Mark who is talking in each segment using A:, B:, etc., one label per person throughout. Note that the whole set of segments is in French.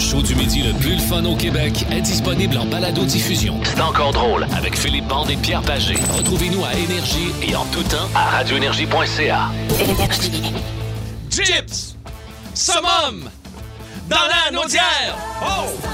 A: le plus le fun au Québec est disponible en balado-diffusion. C'est encore drôle avec Philippe Bande et Pierre Pagé. Retrouvez-nous à Énergie et en tout temps à radioénergie.ca.
B: Chips! Summum! Dans la naudière! Oh!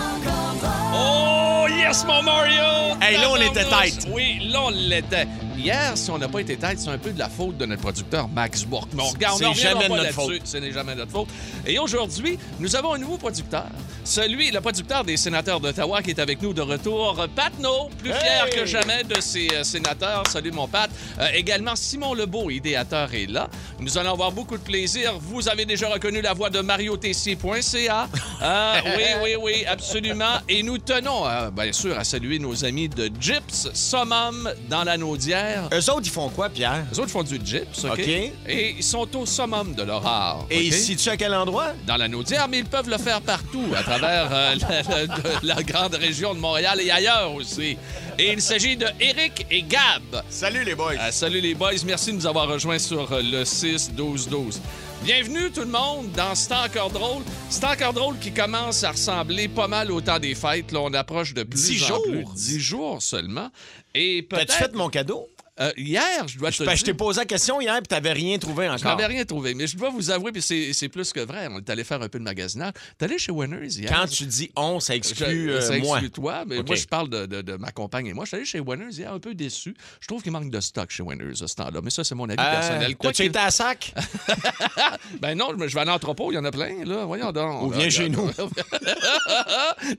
B: Oh, yes, mon Mario!
C: Hey, là, on était
B: Tabarnouche!
C: tight.
B: Oui, là, on l'était. Hier, si on n'a pas été tête, c'est un peu de la faute de notre producteur Max Bourque. Mais on regarde,
C: C'est
B: on reviendra
C: jamais
B: pas
C: notre
B: là-dessus.
C: faute.
B: Ce n'est jamais notre faute. Et aujourd'hui, nous avons un nouveau producteur. Celui, le producteur des sénateurs d'Ottawa qui est avec nous de retour. Pat No, plus fier que jamais de ses euh, sénateurs. Salut mon Pat. Euh, également, Simon Lebeau, idéateur, est là. Nous allons avoir beaucoup de plaisir. Vous avez déjà reconnu la voix de mariotc.ca. Ah, oui, oui, oui, absolument. Et nous tenons, euh, bien sûr, à saluer nos amis de Gyps, Summum, dans la Naudière.
C: Eux autres, ils font quoi, Pierre?
B: Les autres font du gyps, OK?
C: OK.
B: Et ils sont au summum de leur art.
C: Et
B: OK?
C: ils se situent à quel endroit?
B: dans la Naudière, mais ils peuvent le faire partout, à travers euh, la, la- de- la grande région de Montréal et ailleurs aussi. Et il s'agit de Eric et Gab.
C: Salut les boys!
B: Euh, salut les boys, merci de nous avoir rejoints sur euh, le 6-12-12. Bienvenue tout le monde dans C'est encore drôle. C'est encore drôle qui commence à ressembler pas mal au temps des fêtes. Là, on approche de plus
C: Dix
B: en
C: jours.
B: plus. Dix jours seulement. Et
C: T'as-tu
B: peut-être...
C: fait mon cadeau?
B: euh, hier, je dois te
C: Ben, je
B: dire...
C: t'ai posé la question hier puis t'avais rien trouvé
B: Je
C: encore.
B: n'avais rien trouvé, mais je dois vous avouer, puis c'est c'est plus que vrai. On est allé faire un peu de magasinage. T'es allé chez Winners hier?
C: Quand tu dis on, ça
B: Je-
C: exclut euh,
B: ça
C: moi.
B: exclut toi, mais
C: OK.
B: moi, je parle de, de- de ma compagne et moi. Je suis allé chez Winners hier un peu déçu. Je trouve qu'il manque de stock chez Winners à ce temps-là, mais ça, c'est mon avis personnel. Quoi
C: tu
B: qu'il-
C: Euh, été à sac?
B: Ben non, je je vais à l'entrepôt, il y en a plein, là. Voyons donc.
C: Ou viens chez nous.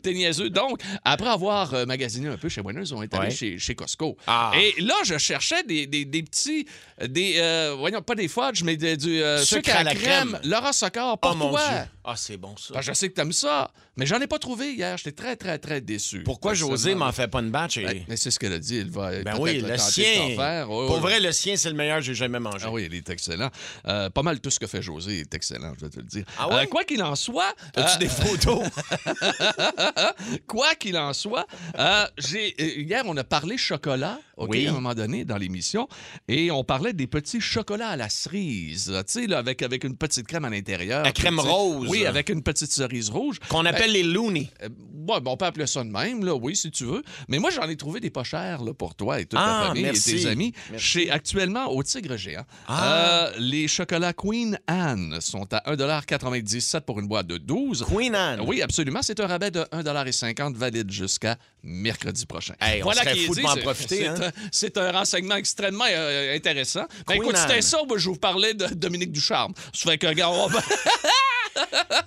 B: T'es niaiseux. Donc, après avoir euh, magasiné un peu chez Winners, on est allé
C: Ouais.
B: chez, chez Costco.
C: Ah.
B: Et là, je cherchais des, des- des petits, des, euh, voyons, pas des fudge, mais des- du euh, sucre, à la crème. Laura Socor, pour
C: oh mon
B: toi.
C: Dieu. Ah, c'est bon ça.
B: Ben, je sais que t'aimes ça, mais j'en ai pas trouvé hier. J'étais très, très, très déçu.
C: Pourquoi José
B: Personnellement.
C: m'en fait pas une batch? et-
B: Ben, mais c'est ce qu'elle a dit. Elle va
C: Ben
B: peut-être
C: oui,
B: tenter
C: le
B: de t'en
C: sien.
B: faire. Oui,
C: Pour
B: oui.
C: vrai, le sien, c'est le meilleur que j'ai jamais mangé.
B: Ah oui, il est excellent. Euh, pas mal tout ce que fait José est excellent, je vais te le dire.
C: Ah ouais?
B: Euh, quoi qu'il en soit,
C: As-tu
B: euh,
C: des photos?
B: quoi qu'il en soit, euh, j'ai euh, hier on a parlé chocolat, ok,
C: Oui.
B: à un moment donné dans l'émission, et on parlait des petits chocolats à la cerise, euh, tu sais là, avec avec une petite crème à l'intérieur.
C: La crème
B: Petit-
C: rose.
B: Oui, avec une petite cerise rouge. Ben,
C: Qu'on appelle les loonies.
B: Euh, ouais, ben, on peut appeler ça de même, là, oui, si tu veux. Mais moi, j'en ai trouvé des pas chers là, pour toi et toute
C: Ah,
B: ta famille et
C: merci.
B: tes amis.
C: Merci.
B: Chez actuellement au Tigre Géant,
C: Ah.
B: Euh, les chocolats Queen Anne sont à 1,97 pour une boîte de 12.
C: Queen Anne.
B: Oui, absolument. C'est un rabais de 1,50 valide jusqu'à mercredi prochain.
C: Hey, on serait
B: qui est
C: fous de
B: dit.
C: m'en
B: C'est-
C: profiter,
B: c'est
C: hein.
B: un- C'est un, renseignement extrêmement euh, intéressant. Ben,
C: Queen
B: écoute, c'était
C: Anne.
B: ça, moi, je vous parlais de Dominique Ducharme. Ça fait que, gars, on va-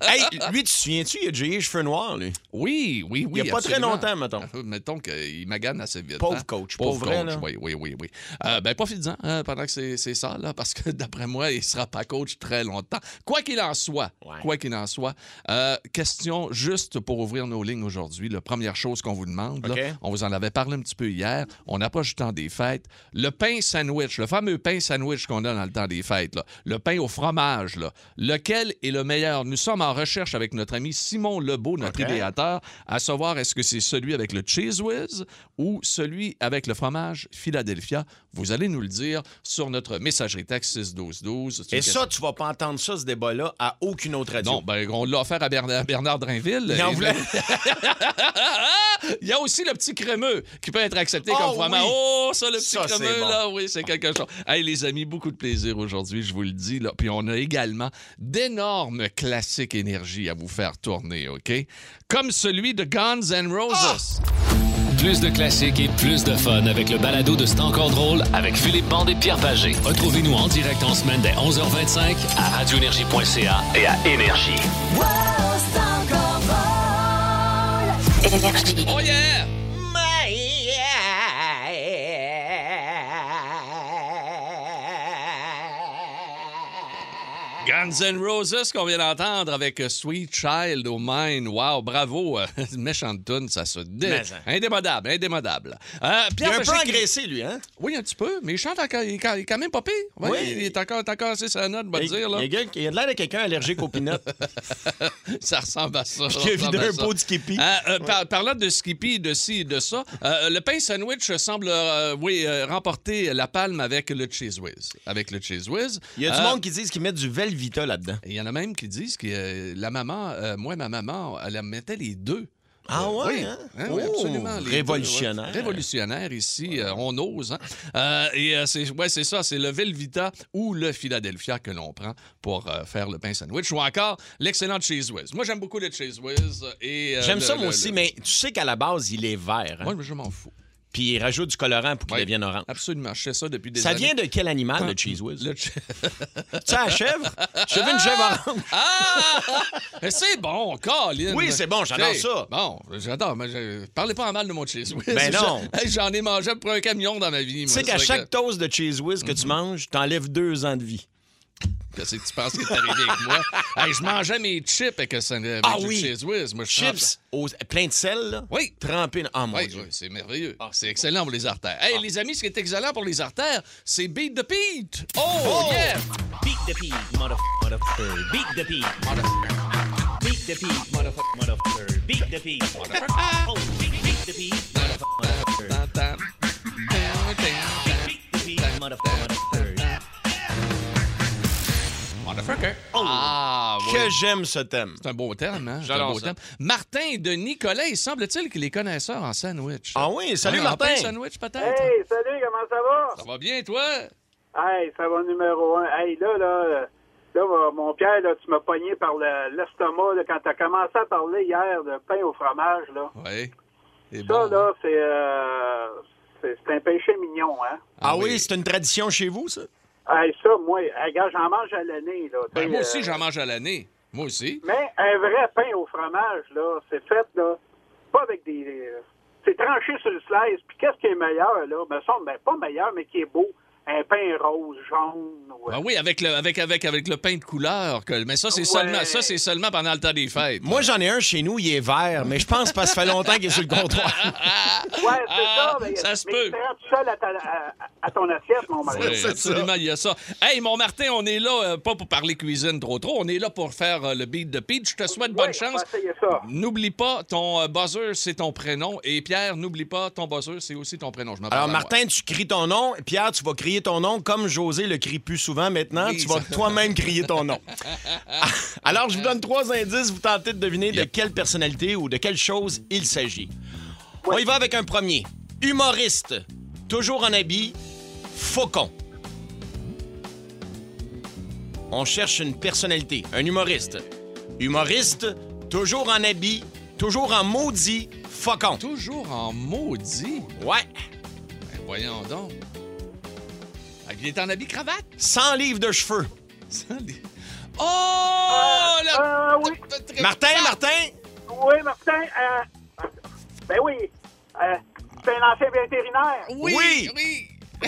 C: Hey, lui, tu te souviens-tu, il a déjà eu les cheveux noirs, lui.
B: Oui, oui, oui.
C: Il n'y a pas très
B: absolument.
C: longtemps, mettons.
B: Euh, Mettons qu'il magane assez vite.
C: Pauvre
B: hein?
C: coach,
B: Pauvre,
C: pauvre vrai,
B: coach,
C: là.
B: oui, oui, oui. oui. Euh, ben, profitez-en hein, pendant que c'est c'est ça, là, parce que d'après moi, il ne sera pas coach très longtemps. Quoi qu'il en soit,
C: Ouais.
B: quoi qu'il en soit, euh, question juste pour ouvrir nos lignes aujourd'hui. La première chose qu'on vous demande, là,
C: OK.
B: on vous en avait parlé un petit peu hier, on approche du temps des fêtes. Le pain sandwich, le fameux pain sandwich qu'on a dans le temps des fêtes, là, le pain au fromage, là, lequel est le meilleur? Nous sommes en recherche avec notre ami Simon Lebeau, notre
C: OK.
B: idéateur, à savoir est-ce que c'est celui avec le Cheese Whiz ou celui avec le fromage Philadelphia. Vous allez nous le dire sur notre messagerie texte 61212. C'est une
C: Et ça, tu vas pas entendre ça, ce débat-là, à aucune autre radio.
B: non, ben, on l'a offert à Bernard, Bernard Drainville.
C: Il en
B: Et-
C: voulait.
B: Il y a aussi le petit crémeux qui peut être accepté
C: Oh
B: comme fromage.
C: oui.
B: Oh, ça, le petit
C: Ça, c'est
B: crémeux,
C: bon.
B: là, oui, c'est quelque chose. Hey, les amis, beaucoup de plaisir aujourd'hui, je vous le dis. Là. Puis on a également d'énormes classiques énergie à vous faire tourner, OK? Comme celui de Guns N' Roses.
C: Ah!
A: Plus de classiques et plus de fun avec le balado de C'est encore drôle avec Philippe Bande et Pierre Pagé. Retrouvez-nous en direct en semaine dès 11h25 à radioénergie.ca et à Énergie.
B: Oh yeah! Guns N' Roses qu'on vient d'entendre avec euh, Sweet Child O' Mine. Wow, bravo. euh, Méchante tune, ça se dit.
C: Mais, hein.
B: Indémodable, indémodable. Euh,
C: Il
B: Pierre
C: est un peu
B: Pacheco-
C: agressé, lui, hein?
B: Oui, un petit peu, mais il chante encore, il est quand, il est quand même pas pire. Ouais,
C: Oui.
B: Il est encore, t'as encore assez sa note, on va
C: Il,
B: dire. Là.
C: il y a- il y a de l'air de quelqu'un allergique aux peanuts.
B: Ça ressemble à ça. ça
C: Qui a vidé
B: ressemble à
C: un
B: ça.
C: pot de Skippy.
B: Ah, euh, par- parlant de Skippy, de ci et de ça, euh, le pain sandwich semble euh, oui, euh, remporter la palme avec le Cheese Whiz. Avec le Cheese Whiz.
C: Il y a du
B: Euh,
C: monde qui disent qu'ils mettent du Velvita là-dedans.
B: Il y en a même qui disent que euh, la maman, euh, moi, ma maman, elle mettait les deux.
C: Ah ouais?
B: Oui,
C: hein?
B: hein, oui,
C: Oh,
B: absolument. Les deux,
C: révolutionnaire.
B: ouais. révolutionnaire ici, euh, on ose. hein. Euh, et euh, c'est ouais, c'est ça, c'est le Velvita ou le Philadelphia que l'on prend pour euh, faire le pain sandwich ou encore l'excellent Cheese Whiz. Moi, j'aime beaucoup le Cheese Whiz. et, euh,
C: J'aime
B: le-
C: ça,
B: le-
C: moi aussi,
B: le-
C: mais tu sais qu'à la base, il est vert. hein?
B: Moi, je m'en fous.
C: Puis il rajoute du colorant pour qu'il
B: Ouais.
C: devienne orange.
B: Absolument, je sais ça depuis des
C: Ça
B: années.
C: vient
B: Ah,
C: de quel animal, le cheese whiz?
B: Le che-
C: Tu sais, la chèvre? Je veux une chèvre orange.
B: Ah! Mais c'est bon, Colin!
C: Oui, c'est bon, j'adore
B: Hey,
C: ça.
B: Bon, j'adore, mais je... parlez pas en mal de mon cheese whiz.
C: Ben non.
B: Hey, J'en ai mangé pour un camion dans ma vie.
C: Tu sais qu'à chaque toast de cheese whiz que tu manges, t'enlèves deux ans de vie.
B: Mm-hmm. Qu'est-ce que tu penses qui est arrivé avec moi? Hey, je mangeais mes chips avec, le- avec
C: Ah
B: du
C: oui.
B: cheese whiz. Moi, je
C: Chips, au- plein de sel, là,
B: Oui.
C: trempé. dans- Ah, mon
B: Oui,
C: Dieu. Ah,
B: oui, c'est merveilleux. c'est excellent pour les artères. Hey, les amis, ce qui est excellent pour les artères, c'est Beat the Pete. Oh, yeah!
D: Beat the pig, motherfucker, motherfucker. Beat the pig, beat the pig, motherfucker, motherfucker. Beat the pig, motherfucker. Oh, beat, beat the pig, motherfucker, motherfucker. Beat the pig, motherfucker, motherfucker.
B: Motherfucker. Ah, oui.
C: Oh. Que j'aime ce thème.
B: C'est un beau terme, hein? C'est un
C: J'adore
B: beau
C: ça.
B: terme. Martin de Nicolas, il semble-t-il qu'il est connaisseur en sandwich.
C: Ah oui, salut
B: Hein, en
C: Martin.
B: pain sandwich, peut-être?
E: Hey, salut, comment ça va?
B: Ça va bien, toi?
E: Hey, ça va numéro un. Hey, là, là, là, va- mon Pierre, là, tu m'as pogné par le- l'estomac là, quand t'as commencé à parler hier de pain au fromage, là.
B: Oui. C'est
E: Ça,
B: bon. hein?
E: là, c'est, euh, c'est c'est un péché mignon, hein?
C: Ah oui, c'est une tradition chez vous, ça?
E: Hey, ça, moi, hey, gars, j'en mange à l'année, là.
B: Ben,
E: t'sais,
B: moi
E: euh,
B: aussi, j'en mange à l'année. Moi aussi.
E: Mais un vrai pain au fromage, là, c'est fait, là, pas avec des... euh, c'est tranché sur le slice. Puis qu'est-ce qui est meilleur, là? Me semble, ben, pas meilleur, mais qui est beau. Un pain rose, jaune. ou-
B: Ah oui, avec le, avec, avec, avec le pain de couleur. que- Mais ça, c'est
E: Ouais.
B: seulement, ça, c'est seulement pendant le temps des fêtes.
C: Moi, j'en ai un chez nous, il est vert, mais je pense parce que ça fait longtemps qu'il est sur le comptoir.
B: ben,
E: Ouais, c'est
B: Ah,
E: ça. Mais,
B: ça se
E: mais
B: peut.
E: tu te rends tout seul à, ta- à- à ton assiette, mon mari.
B: Oui, absolument, il y a ça. Hey, mon Martin, on est là, euh, pas pour parler cuisine trop trop, on est là pour faire euh, le beat de Pete. Je te souhaite bonne
E: Ouais,
B: chance.
E: On va essayer ça.
B: N'oublie pas, ton euh, buzzer, c'est ton prénom. Et Pierre, n'oublie pas, ton buzzer, c'est aussi ton prénom. Je m'en
C: Alors,
B: parle à moi.
C: Martin, tu cries ton nom. Pierre, tu vas crier ton nom comme José le crie plus souvent maintenant.
B: Oui,
C: tu vas
B: ça-
C: toi-même crier ton nom. Alors, je vous donne trois indices. Vous tentez de deviner de
B: Euh, Yep.
C: quelle personnalité ou de quelle chose il s'agit.
E: Ouais.
C: On y va avec un premier. Humoriste, toujours en habit, faucon. On cherche une personnalité, un humoriste. Humoriste, toujours en habit, toujours en maudit, faucon.
B: Toujours en maudit.
C: Ouais,
B: Ben, voyons donc. Ah, Il est en habit cravate.
C: 100 livres de cheveux.
B: Sans les- Oh! la-
E: Ah oui,
C: Martin, Martin,
E: oui, Martin. euh, ben oui. Euh, c'est un ancien vétérinaire. Ah.
B: Oui! Oui!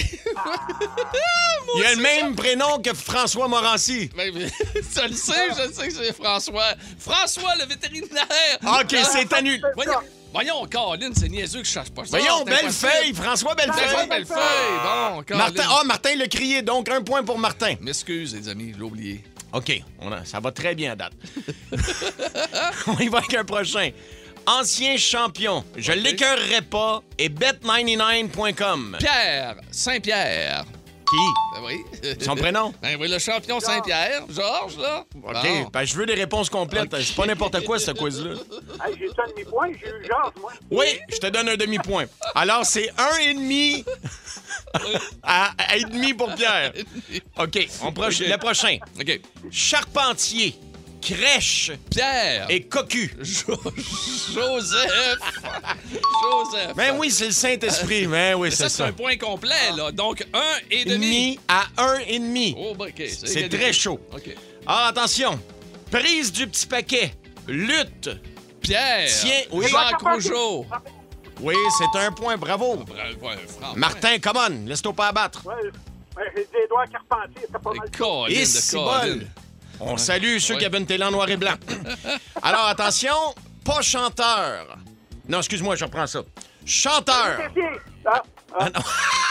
C: il a le même prénom que François Morancy.
B: Ben, ben, je le sais, je le sais que c'est François. François, le vétérinaire!
C: Ah,
B: Ah.
C: OK, c'est annulé.
B: Voyons, voyons, Caroline, c'est niaiseux que je cherche pas ça.
C: Voyons,
B: c'est
C: belle
B: impossible.
C: feuille, François
B: François
C: Bellefeuille.
B: Bellefeuille! Bon, Caroline.
C: Martin, ah, Martin le crié, donc un point pour Martin.
B: M'excuse, les amis, je l'ai oublié.
C: OK, on a- ça va très bien à date. on y va avec un prochain. Ancien champion, je l'écœurerai pas, et bet99.com.
B: Pierre, Saint-Pierre.
C: Qui?
B: Ben oui.
C: Son prénom?
B: Ben oui, le champion Saint-Pierre, Georges, là.
C: OK, ben, je veux des réponses complètes. C'est pas n'importe quoi, ce quiz-là.
E: Hey, j'ai eu ça demi-point. J'ai eu Georges, moi.
C: Oui, je te donne un demi-point. Alors, c'est un et demi à, à et demi pour Pierre. OK, on proche,
B: OK.
C: le prochain.
B: OK.
C: Charpentier, crèche
B: Pierre.
C: et cocu.
B: Jo- Joseph. Joseph.
C: Ben oui, c'est le Saint-Esprit. Ben oui, c'est
B: Ça, c'est
C: ça.
B: un point complet, là. Donc, un et demi.
C: Demi à un et demi.
B: Oh, ben, OK.
C: C'est
B: égalité.
C: très chaud.
B: OK.
C: Ah, attention. Prise du petit paquet. Lutte.
B: Pierre.
C: Tiens, oui.
B: Jacques Rougeau.
C: Oui, c'est un point. Bravo.
B: Bravo, ouais, Franck.
C: Martin, come on. Laisse-toi pas abattre.
E: Ouais, ouais, j'ai dit Édouard Carpentier. C'était pas
B: Et
E: mal.
B: Colin
C: Et
B: de
C: si
B: Colin.
C: bol. On salue ceux
B: Ouais.
C: qui avaient une télé en noir et blanc. Alors, attention, pas chanteur. Non, excuse-moi, je reprends ça. Chanteur.
E: Tiens, ah, ah,
C: Ah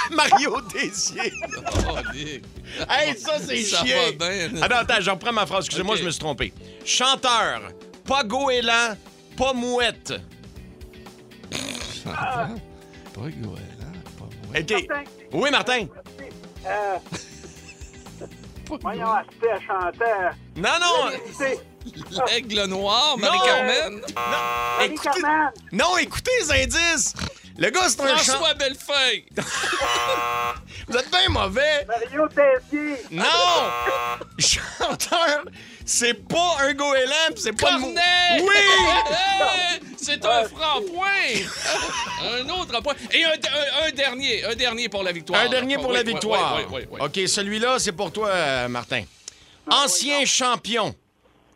C: non. Mario Désier.
B: Colin.
C: hey, ça, c'est
B: Oh, Ça
C: chiant.
B: va bien.
C: Attends, attends, je reprends ma phrase. Excusez-moi,
B: Ok.
C: je me suis trompé. Chanteur, pas goéland, pas mouette.
B: Pas Goéland, pas moi.
C: OK.
E: Martin.
C: Oui, Martin.
E: Euh,
B: pas.
F: Ah, euh, Voyons, c'était à chanter.
C: Non, non!
F: C'est
B: L'aigle noir, Marie-Carmen.
C: Écoutez,
F: Marie-Carmen.
C: non, écoutez les indices! Le gars, c'est un chan...
B: François Bellefeuille.
C: Vous êtes bien mauvais!
F: Mario Tessier.
C: Non! Chanteur, c'est pas un goéland, pis c'est pas le mot-
B: Corneille!
C: Oui!
B: Hey, C'est un franc point. un autre point. Et un, un- un dernier. Un dernier pour la victoire.
C: Un dernier pour
B: Oui,
C: la
B: oui,
C: victoire.
B: Oui, oui, oui, oui.
C: OK, celui-là, c'est pour toi, euh, Martin. Ancien champion.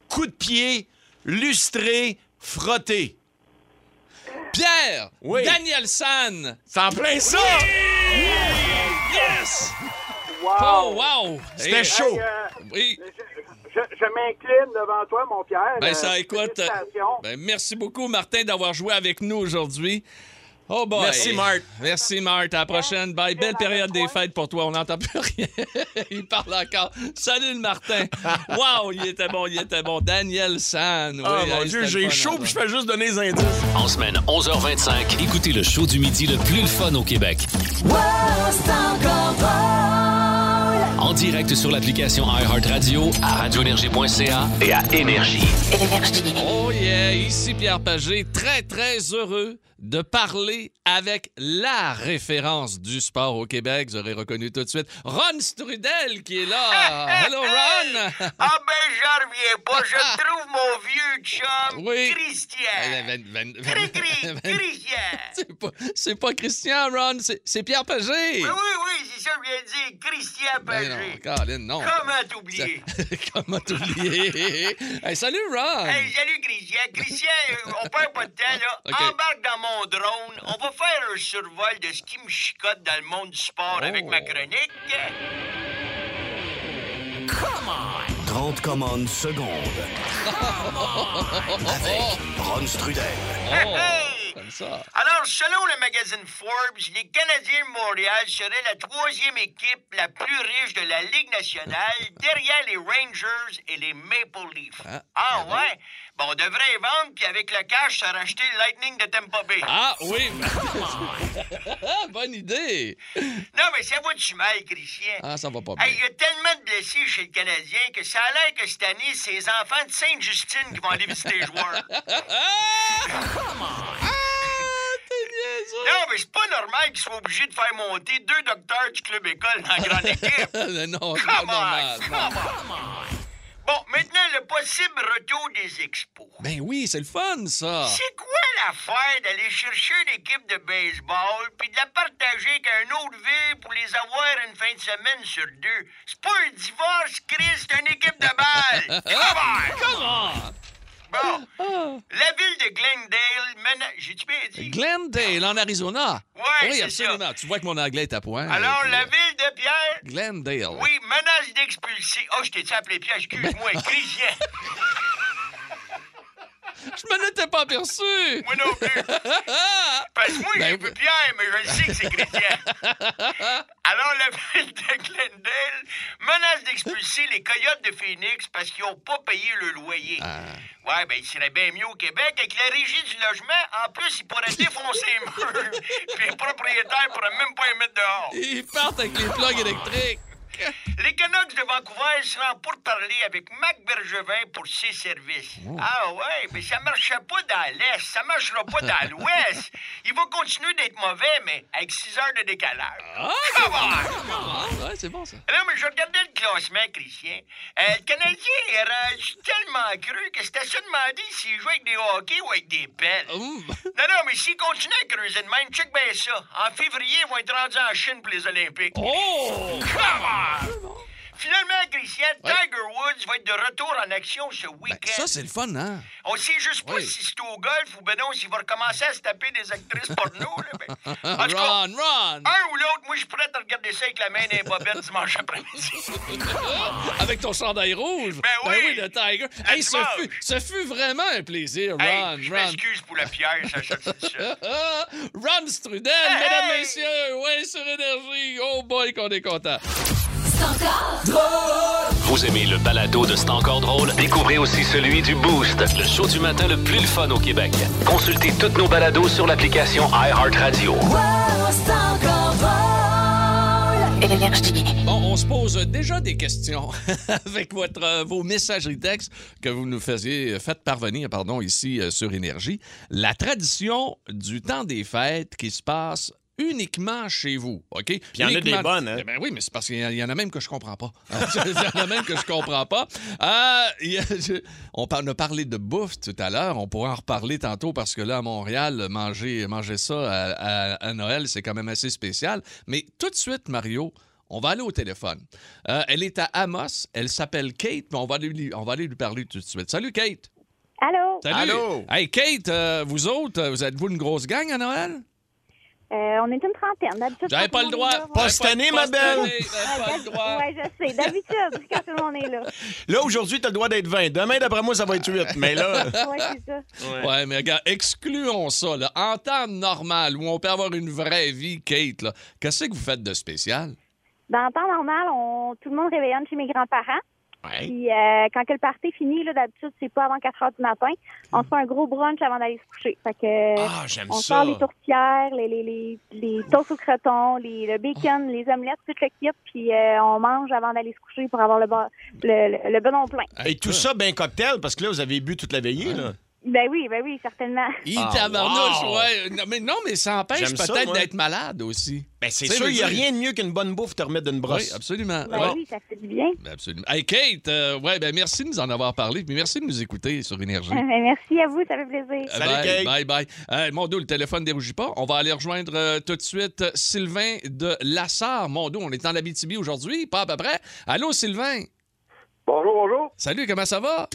C: Coup de pied, lustré, frotté.
B: Pierre.
C: Oui.
B: Daniel San.
C: C'est en plein ça!
B: Yes!
F: Wow.
B: Oh, wow!
C: C'était
B: Eh,
C: chaud.
F: Hey, euh,
B: Oui.
F: je, je m'incline devant toi, mon Pierre.
B: Ben,
F: Euh,
B: ça écoute. euh,
F: félicitations.
B: ben, merci beaucoup, Martin, d'avoir joué avec nous aujourd'hui. Oh boy.
C: Merci, Marthe.
B: Merci, Marthe. À la prochaine. Bye. Belle période des fêtes pour toi. On n'entend plus rien. il parle encore. Salut, le Martin. Wow, il était bon, il était bon. Daniel San. Oui,
C: Ah, mon
B: hey,
C: Dieu,
B: c'était le
C: j'ai
B: fun,
C: chaud,
B: hein.
C: puis je fais juste donner les indices.
A: En semaine, 11h25, écoutez le show du midi le plus le fun au Québec. En direct sur l'application iHeartRadio, à radioénergie.ca et à Énergie.
B: Oh yeah, ici Pierre Pagé, très très heureux de parler avec la référence du sport au Québec, vous aurez reconnu tout de suite, Ron Strudel qui est là. Hello Ron!
G: Ah ben, j'en reviens pas. Je trouve mon vieux chum
B: Oui.
G: Christian.
B: Ben, ben, ben,
G: Cri,
B: ben,
G: cri,
B: ben,
G: Christian.
B: c'est pas- C'est pas Christian Ron, c'est- c'est Pierre Pagé.
G: Oui, oui, c'est ça que je viens de dire. Christian
B: Ben non,
G: Pagé.
B: Colin, non.
G: Comment t'oublier?
B: Comment t'oublier? Hey, salut Ron!
G: Hey, salut Christian. Christian, euh, on perd pas de temps, là.
B: Ok.
G: Embarque dans mon drone. On va faire un survol de ce qui me chicote dans le monde du sport
B: Oh.
G: avec ma chronique.
H: 30 commandes secondes. Avec Ron Strudel.
B: Oh,
G: Hey!
B: comme ça.
G: Alors, selon le magazine Forbes, les Canadiens de Montréal seraient la troisième équipe la plus riche de la Ligue nationale, derrière les Rangers et les Maple Leafs.
B: Ah,
G: Ah, ouais? Bon, on devrait les vendre, puis avec le cash, ça racheter le Lightning de Tampa Bay.
B: Ah oui! Bonne idée!
G: Non, mais ça va du mal, Christian.
B: Ah, ça va pas bien.
G: Hey, il y a tellement de blessés chez le Canadien que ça a l'air que cette année, c'est les enfants de Sainte-Justine qui vont aller visiter les joueurs.
B: Ah, t'es niaiseux.
G: Non, mais c'est pas normal qu'ils soient obligés de faire monter deux docteurs du club école dans la grande équipe.
B: Mais non, c'est pas
G: Come
B: Oh, normal.
G: on!
B: non.
G: Come on! Bon, maintenant, le possible retour des expos.
B: Ben oui, c'est le fun, ça.
G: C'est quoi l'affaire d'aller chercher une équipe de baseball puis de la partager avec un autre ville pour les avoir une fin de semaine sur deux? C'est pas un divorce, Chris, c'est une équipe de balle! Come on! Bon, la ville de Glendale mena... J'ai-tu bien dit?
B: Glendale, en Arizona.
G: Ah. Ouais,
B: oui,
G: c'est
B: absolument. Tu vois que mon anglais est à point.
G: Alors,
B: Et puis,
G: la ville de Pierre...
B: Glendale.
G: Oui, menace d'expulser. Oh, je t'ai appelé Pierre, excuse-moi, Christian.
B: Je m'en étais pas aperçu.
G: Moi non plus. Parce que moi,
B: Ben
G: j'ai
B: oui.
G: vu Pierre, mais je le sais que c'est chrétien. Alors, la ville de Glendale menace d'expulser les coyotes de Phoenix parce qu'ils n'ont pas payé le loyer.
B: Ah.
G: Ouais, ben, il serait bien mieux au Québec. Avec la régie du logement, en plus, ils pourraient défoncer les murs. Puis les propriétaires pourraient même pas les mettre dehors.
B: Ils partent avec les plugs électriques.
G: Les Canucks de Vancouver seront pour parler avec Mac Bergevin pour ses services.
B: Oh.
G: Ah ouais, mais ça marchait pas dans l'Est, ça marchera pas dans l'Ouest. Il va continuer d'être mauvais, mais avec 6 heures de décalage. Come on!
B: Ah, ouais, c'est bon, ça.
G: Là, mais je regardais le classement, Christian. Euh, le Canadien est rendu tellement creux que c'était à se demander s'il jouait avec des hockey ou avec des pelles.
B: Hum.
G: Non, non, mais s'il continue à creuser de même, check bien ça. En février, ils vont être rendus en Chine pour les Olympiques.
B: Oh!
G: Come on! Finalement, Christian, Tiger Woods va être de retour en action ce
B: Ben,
G: week-end.
B: ça, c'est le fun, hein?
G: On sait juste pas
B: Oui.
G: si c'est au golf ou ben non, s'il va recommencer à se taper des actrices porno. Là, ben.
B: Ah,
G: En tout cas,
B: Ron, Ron!
G: un ou l'autre, moi, je suis prêt à regarder ça avec la main des bobettes dimanche après-midi.
B: Avec ton chandail rouge.
G: Ben oui.
B: de Tiger. Hey, ce
G: dimanche.
B: fut, ce fut vraiment un plaisir, Ron,
G: Hey, je
B: Ron.
G: m'excuse pour la pierre, ça, ça, ça, ça.
B: Ah, Ron Strudel,
G: Hey!
B: mesdames, messieurs, ouais, sur Énergie. Oh boy, qu'on est content.
D: oh,
A: Vous aimez le balado de C'est encore drôle? Découvrez aussi celui du Boost, le show du matin le plus le fun au Québec. Consultez toutes nos balados sur l'application iHeartRadio.
I: Wow, c'est encore drôle.
D: et l'énergie.
B: Bon, on se pose déjà des questions avec votre, euh, vos messageries textes que vous nous faisiez, euh, faites parvenir pardon, ici euh, sur Énergie. La tradition du temps des fêtes qui se passe uniquement chez vous, OK? Puis
C: il y en a des bonnes, hein?
B: Ben oui, mais c'est parce qu'il y en- il y en a même que je comprends pas. Il y en a même que je comprends pas. Euh, il y a- je- on, par- on a parlé de bouffe tout à l'heure. On pourra en reparler tantôt parce que là, à Montréal, manger, manger ça à, à- à Noël, c'est quand même assez spécial. Mais tout de suite, Mario, on va aller au téléphone. Euh, elle est à Amos. Elle s'appelle Kate, mais on va, aller lui, on va aller lui parler tout de suite. Salut, Kate.
J: Allô?
B: Salut.
C: Allô?
B: Hey, Kate, euh, vous autres, euh, vous êtes-vous une grosse gang à Noël?
J: Euh, on est une trentaine. D'habitude,
B: J'avais
J: quand
B: pas le
J: tout monde
B: droit.
J: est là,
C: Pas
J: ouais.
C: cette année, ma belle.
B: J'avais pas le droit.
J: Ouais, je sais. D'habitude, quand tout le monde est là.
C: Là, aujourd'hui, t'as le droit d'être 20. Demain, d'après moi, ça va être 8. Mais là.
J: Ouais, c'est ça.
B: Ouais, mais regarde, excluons ça. Là. En temps normal, où on peut avoir une vraie vie, Kate, là, qu'est-ce que vous faites de spécial?
J: Dans le temps normal, on... tout le monde réveillonne chez mes grands-parents.
C: Ouais.
J: Puis euh, quand que le party finit, là, d'habitude, c'est pas avant 4 heures du matin. On se fait un gros brunch avant d'aller se coucher. Fait que.
C: Ah, j'aime
J: On
C: ça.
J: sort les tourtières, les, les, les, les toasts au croton, les, le bacon, les omelettes, tout le kit, puis euh, on mange avant d'aller se coucher pour avoir le, bon le, le, le bedon plein.
C: Et tout ça, ben cocktail, parce que là, vous avez bu toute la veillée, là.
J: Ben oui, ben oui, certainement.
B: Il
C: Ah,
B: tabarnouche,
C: wow!
B: ouais. Non mais, non, mais ça empêche
C: J'aime ça,
B: peut-être
C: moi.
B: d'être malade aussi.
C: Ben, c'est
B: Tu sais,
C: sûr, il n'y a
B: veux dire-
C: rien de mieux qu'une bonne bouffe te remettre d'une
B: Oui,
C: brosse.
B: absolument.
J: Ben
B: Ouais.
J: oui, ça fait du bien.
B: Ben, absolument. Hey, Kate, euh, ouais, ben, merci de nous en avoir parlé, puis merci de nous écouter sur Énergie.
J: Ben, merci à vous, ça fait plaisir.
B: Euh,
C: Salut,
B: bye,
C: Kate.
B: Bye, bye. Euh, Mondo, le téléphone ne dérougit pas. On va aller rejoindre euh, tout de suite euh, Sylvain de Lassar. Mondo, on est en Abitibi aujourd'hui, pas à peu près. Allô, Sylvain.
K: Bonjour, bonjour.
B: Salut, comment ça va?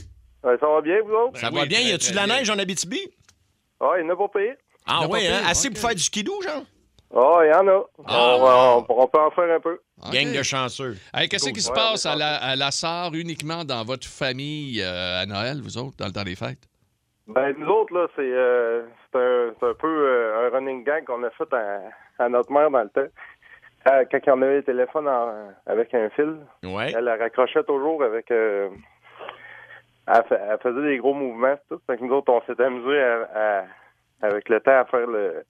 K: Euh, ça va bien, vous autres?
C: ça
B: Ben
C: va
B: oui,
C: bien?
B: très,
C: Y a-tu de
B: très
C: la
B: bien.
C: neige en Abitibi?
K: Ah, il n'y en a pas payé.
B: Il y
C: Ah,
B: en a
C: ouais,
B: pas
C: hein?
B: pire,
C: Assez
B: ok.
C: pour faire du skidoo, genre?
K: Ah, il y en a.
C: Ah.
K: On, va- on- on peut en faire un peu.
B: Ok.
C: Gang de chanceux.
B: Hey, Qu'est-ce qui se
K: Ouais,
B: passe
K: on est
B: à la, à la Sarre uniquement dans votre famille euh, à Noël, vous autres, dans le temps des fêtes?
K: Ben, nous autres, là, c'est euh, c'est un, c'est un peu euh, un running gag qu'on a fait à, à notre mère dans le temps. Euh, quand on avait le téléphone en- avec un fil,
C: Ouais.
K: elle la raccrochait toujours avec. euh, elle, fa- elle faisait des gros mouvements, tout. Fait que nous autres, on s'est amusés à- à- avec le temps à faire le.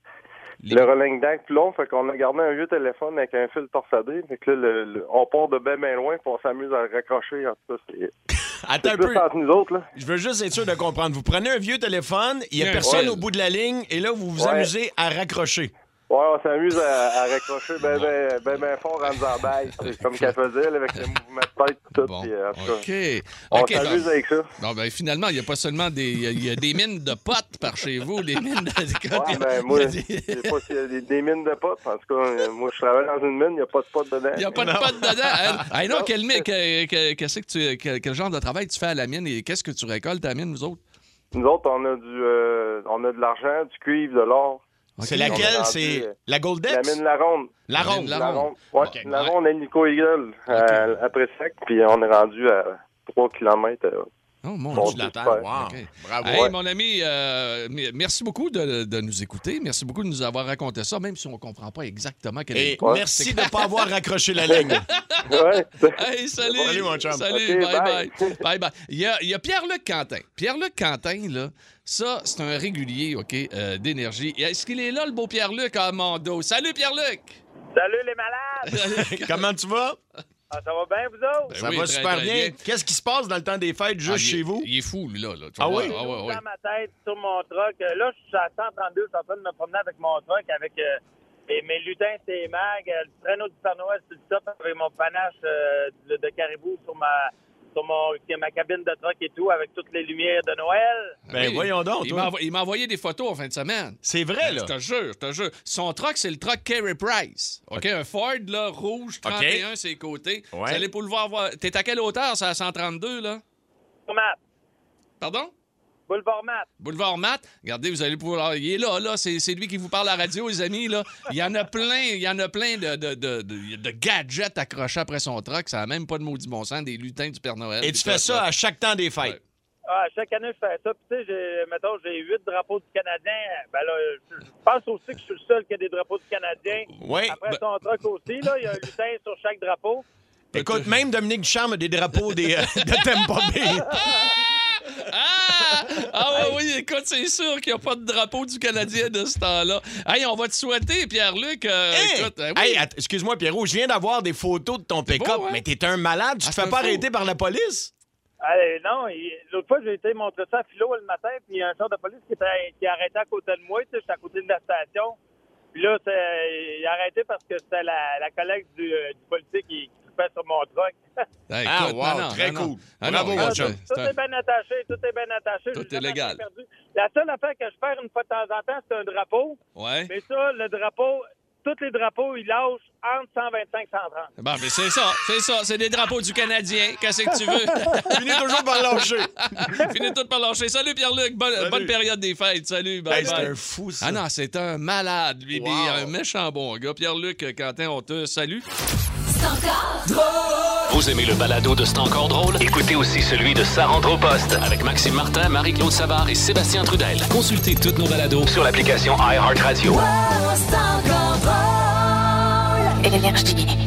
K: Le rolling gag plus long, fait qu'on a gardé un vieux téléphone avec un fil torsadé, fait que là, le- le- on part de ben, ben loin, puis on s'amuse à le raccrocher. En tout cas, c'est
C: Attends
K: c'est
C: un peu.
K: plus entre nous autres, là.
C: Je veux juste être sûr de comprendre. Vous prenez un vieux téléphone, il n'y a
B: Ouais.
C: personne
K: Ouais.
C: au bout de la ligne, et là, vous vous
K: Ouais.
C: amusez à raccrocher.
K: Ouais, on s'amuse à, à raccrocher ben, ben, ben, ben fort en disant bye, c'est comme qu'elle faisait, là, avec le mouvement de tête, tout,
B: Bon,
K: puis, euh, en tout cas,
B: OK.
K: on
B: OK,
K: s'amuse
B: donc-
K: avec ça.
B: non, ben, finalement, il n'y a pas seulement des, il y a- il y a des mines de potes par chez vous, des mines de...
K: Ouais, ben, moi, je sais pas s'il y a des, des mines de potes, en tout cas, euh, moi, je travaille dans une mine, il n'y a pas de potes dedans.
B: Il n'y a pas de potes dedans.
C: Ah,
B: Hein? Hey, non, quel, mi- que- que- qu'est-ce que tu- que- quel genre de travail tu fais à la mine et qu'est-ce que tu récoltes à la mine, vous autres?
K: Nous autres, on a du, euh, on a de l'argent, du cuivre, de l'or,
C: C'est
B: OK.
K: on est
C: laquelle?
K: rendu,
C: C'est
K: euh,
C: la
K: la
C: Goldex?
K: mine La Ronde.
C: La
B: La mine
C: ronde.
B: La
K: La
B: Ronde.
K: Ronde, ouais,
B: Ok.
K: La Ronde à Nico Eagle, à-
B: Ok.
K: après sec, puis on est rendu à euh, 3 km.
B: Oh, mon
K: Bon,
C: Je
B: Dieu.
C: l'attends.
K: Ouais.
C: Ben, Wow.
B: OK.
C: Bravo.
B: Hey,
K: Ouais.
B: mon ami, euh, m- merci beaucoup de, de nous écouter. Merci beaucoup de nous avoir raconté ça, même si on ne comprend pas exactement quel est
C: Et
B: le
K: Ouais.
C: merci de ne pas avoir raccroché la ligne.
K: Ouais,
B: Hey, salut!
C: Salut, mon chum.
B: Salut,
K: Ok,
B: bye,
K: bye.
B: bye. bye, bye. Il y a, il y a Pierre-Luc Quentin. Pierre-Luc Quentin, là, ça, c'est un régulier, OK, euh, d'énergie. Et Est-ce qu'il est là, le beau Pierre-Luc, à mon dos? Salut, Pierre-Luc!
K: Salut les malades!
C: Comment tu vas?
K: Ah, ça va bien, vous autres?
B: Ben
C: Ça
B: oui,
C: va
B: très,
C: super
B: très
C: bien. Qu'est-ce qui se passe dans le temps des fêtes juste
B: Ah, il-
C: chez vous?
B: Il est fou, lui, là. là. Tu
C: Ah
B: vois,
C: oui?
B: Ah, ouais, ouais.
L: dans ma tête sur mon truck. Euh, Là, je suis à 132, je suis en train de me promener avec mon truck, avec euh, mes, mes lutins, c'est mag, euh, le traîneau du Père Noël sur le top, avec mon panache euh, de, de caribou sur ma sur mon, ma cabine de truck et tout, avec toutes les lumières de Noël.
C: Ben
B: Oui.
C: voyons donc.
B: Il
C: toi.
B: m'a envo- il m'a envoyé des photos en fin de semaine. Ben,
C: C'est vrai, là.
B: Je te jure, je te jure. Son truck, c'est le truck Carey Price. OK, un Ford, là, rouge, 31, ses côtés.
C: Ouais.
B: Vous allez pour le voir. voir- T'es à quelle hauteur, ça, à 132, là?
L: Boulevard Mat,
B: Pardon?
L: Boulevard Mat.
B: Boulevard Mat, regardez, vous allez pouvoir. Il est là, là, c'est c'est lui qui vous parle à la radio, les amis. Là. Il y en a plein, il y en a plein de, de, de, de- de gadgets accrochés après son truck. Ça n'a même pas de maudit bon sens, des lutins du Père Noël.
C: Et tu fais ça à chaque temps des fêtes.
L: Ah, chaque année, je fais ça. Puis, tu sais, j'ai- mettons, j'ai huit drapeaux du Canadien. Ben là, je je pense aussi que je suis le seul qui a des drapeaux du Canadien.
C: Oui.
L: Après son truck aussi, là, il y a un lutin sur chaque drapeau.
C: Écoute, même Dominique Charme a des drapeaux des, euh, de Tampa Bay.
B: Ah! Ah, ouais, oui, écoute, c'est sûr qu'il n'y a pas de drapeau du Canadien de ce temps-là. Hey, on va te souhaiter, Pierre-Luc. euh,
C: Hey!
B: écoute, euh, oui.
C: Hey, att- excuse-moi, Pierrot, je viens d'avoir des photos de ton pick-up,
B: beau, hein?
C: mais t'es un malade, tu
B: Ah,
C: te
B: c'est
C: fais
B: un
C: pas
B: faux.
C: arrêter par la police?
L: Hey, non, il- l'autre fois, j'ai été montrer ça à Philo le matin, puis il y a un char de police qui, était, qui a arrêté à côté de moi, tu sais, j'étais à côté de la station. Puis là, c'est- il a arrêté parce que c'était la, la collègue du, euh, du policier qui, qui coupait sur mon truck.
B: Hey,
C: Ah,
B: écoute,
C: wow,
B: non, non,
C: très
B: non, non.
C: cool.
B: Ah, non,
C: Bravo,
B: regarde,
C: mon chum.
B: c'est
L: Tout
B: un-
L: est bien attaché, tout est bien attaché.
B: Tout
L: J'ai
B: est
L: jamais
B: légal.
L: rien perdu. La seule affaire que je perds une fois de temps en temps, c'est un drapeau.
B: Ouais.
L: Mais ça, le drapeau, tous les drapeaux, ils lâchent entre 125 et 130.
B: Bon, mais c'est ça, c'est ça. C'est des drapeaux du Canadien. Qu'est-ce que tu veux?
C: Finis toujours par lâcher.
B: Finis tout par lâcher. Salut, Pierre-Luc. Bonne,
C: Salut.
B: bonne période des fêtes. Salut, bye
C: Hey, c'est
B: bye.
C: un fou, ça.
B: Ah non, c'est un malade, lui.
C: Wow.
B: puis Un méchant bon gars. Pierre-Luc, Quentin, on te salue.
A: Vous aimez le balado de C'est encore drôle? Écoutez aussi celui de Sa rentre au poste avec Maxime Martin, Marie-Claude Savard et Sébastien Trudel. Consultez toutes nos balados sur l'application iHeartRadio.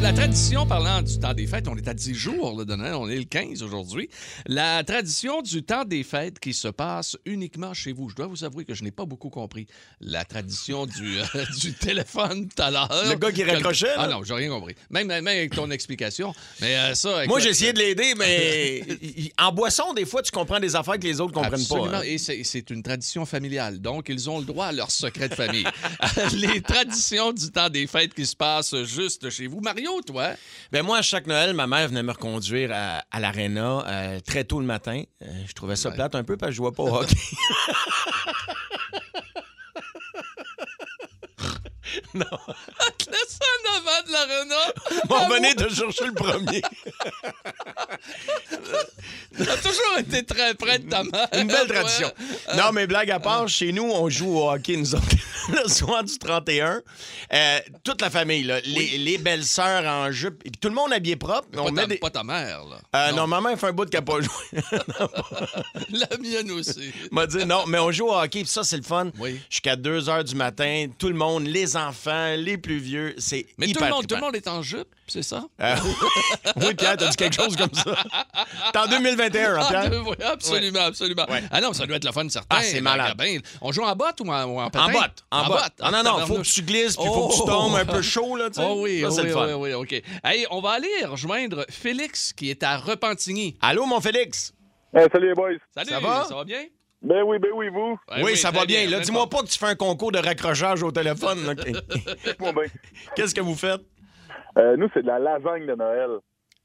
B: La tradition, parlant du temps des fêtes, on est à 10 jours, là, de Noël, on est le 15 aujourd'hui. La tradition du temps des fêtes qui se passe uniquement chez vous. Je dois vous avouer que je n'ai pas beaucoup compris la tradition du, euh, du téléphone tout à l'heure.
C: Le gars qui
B: Quel-
C: raccrochait,
B: Ah
C: là?
B: non, j'ai rien compris. Même, même avec ton explication. Mais euh, ça.
C: Moi,
B: écoute,
C: j'ai essayé de l'aider, mais il- il- en boisson, des fois, tu comprends des affaires que les autres comprennent
B: Absolument.
C: pas. hein.
B: Et c'est- c'est une tradition familiale. Donc, ils ont le droit à leur secret de famille. Les traditions du temps des fêtes qui se passent juste chez vous. Mario, toi?
C: Ben moi, à chaque Noël, ma mère venait me reconduire à, à l'aréna euh, très tôt le matin. Euh, je trouvais ça plate un peu parce que je jouais pas au hockey.
B: Le en avant de l'arena.
D: Ah,
C: On venait de chercher le premier.
B: T'as toujours été très près de ta mère.
C: Une belle tradition.
B: Ouais. Ah.
C: Non, mais blague à part, chez nous, on joue au hockey, nous autres, le soir du 31. Euh, toute la famille, là, les, les belles-sœurs en jupe, et puis tout le monde habillé propre. mais on
B: pas,
C: met
B: ta,
C: des...
B: pas ta mère, là.
C: Euh, non. maman, elle fait un bout de qu'elle a pas joué.
B: La mienne aussi.
C: m'a dit non, mais on joue au hockey, puis ça, c'est le fun.
B: Oui.
C: Jusqu'à 2 h du matin, tout le monde, les enfants, les plus vieux, c'est
B: Mais tout
C: hyper
B: le, monde, tout
C: trippant.
B: le monde est en jupe, c'est ça?
C: Euh, oui, Pierre, t'as dit quelque chose comme ça. T'es en 2021, hein,
B: Ah,
C: Pierre?
B: deux, oui, absolument, absolument.
C: Ouais.
B: Ah non, ça doit être la fun certain.
C: Ah, c'est malade.
B: Ben, On joue en botte ou en, ou en patin?
C: En botte, en, botte. Ah non, non, faut que tu glisses, puis faut que tu
B: Oh!
C: tombes un peu chaud, là, tu sais.
B: Oh oui,
C: Ça,
B: oh
C: c'est
B: oui,
C: le
B: oh
C: fun.
B: oui, oui, OK. Hey, on va aller rejoindre Félix qui est à Repentigny.
C: Allô, mon Félix?
L: salut les boys.
B: Salut,
C: Ça va?
B: bien?
L: Ben oui, ben oui, vous.
B: Ouais,
C: oui, ça
B: très
C: va bien. Là,
B: très
C: dis-moi
B: fort.
C: pas que tu fais un concours de raccrochage au téléphone. là.
L: Moi, ben.
C: Qu'est-ce que vous faites?
L: Euh, nous, c'est de la lasagne de Noël.